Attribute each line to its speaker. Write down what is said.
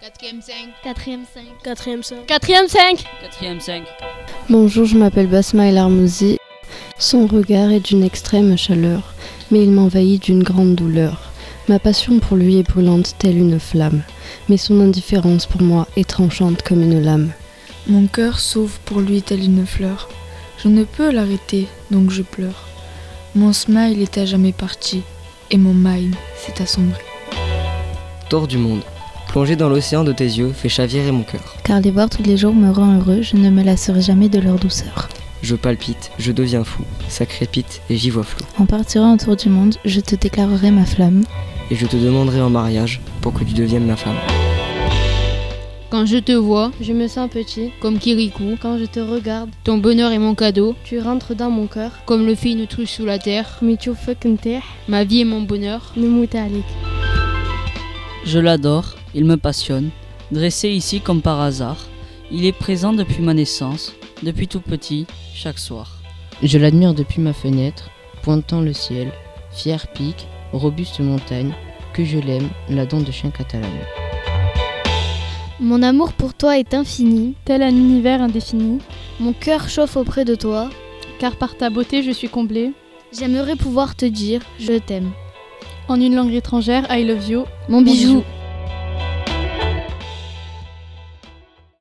Speaker 1: Quatrième 5.
Speaker 2: Quatrième 5.
Speaker 3: Quatrième 5.
Speaker 4: Quatrième 5.
Speaker 5: Quatrième 5.
Speaker 6: Bonjour, je m'appelle Basma El Armouzi. Son regard est d'une extrême chaleur, mais il m'envahit d'une grande douleur. Ma passion pour lui est brûlante telle une flamme, mais son indifférence pour moi est tranchante comme une lame.
Speaker 7: Mon cœur s'ouvre pour lui telle une fleur. Je ne peux l'arrêter, donc je pleure. Mon smile est à jamais parti, et mon mind s'est assombri.
Speaker 8: Tour du monde. Plonger dans l'océan de tes yeux fait chavirer mon cœur.
Speaker 9: Car les voir tous les jours me rend heureux, je ne me lasserai jamais de leur douceur.
Speaker 8: Je palpite, je deviens fou, ça crépite et j'y vois flou.
Speaker 9: On partira en tour du monde, je te déclarerai ma flamme.
Speaker 8: Et je te demanderai en mariage pour que tu deviennes ma femme.
Speaker 1: Quand je te vois,
Speaker 2: Je me sens petit.
Speaker 1: comme Kirikou,
Speaker 2: Quand je te regarde,
Speaker 1: ton bonheur est mon cadeau,
Speaker 2: tu rentres dans mon cœur.
Speaker 1: comme le fait une truche sous la terre,
Speaker 2: Mais tu fucking terre,
Speaker 1: ma vie est mon bonheur.
Speaker 2: nous moutalik.
Speaker 5: Je l'adore, il me passionne. Dressé ici comme par hasard, il est présent depuis ma naissance, depuis tout petit, chaque soir.
Speaker 10: Je l'admire depuis ma fenêtre, pointant le ciel, fier pic, robuste montagne, que je l'aime, la dent de chien catalan.
Speaker 11: Mon amour pour toi est infini,
Speaker 4: Tel un univers indéfini,
Speaker 11: mon cœur chauffe auprès de toi.
Speaker 4: car par ta beauté je suis comblée.
Speaker 11: J'aimerais pouvoir te dire je t'aime.
Speaker 4: En une langue étrangère, I love you.
Speaker 11: Mon bijou,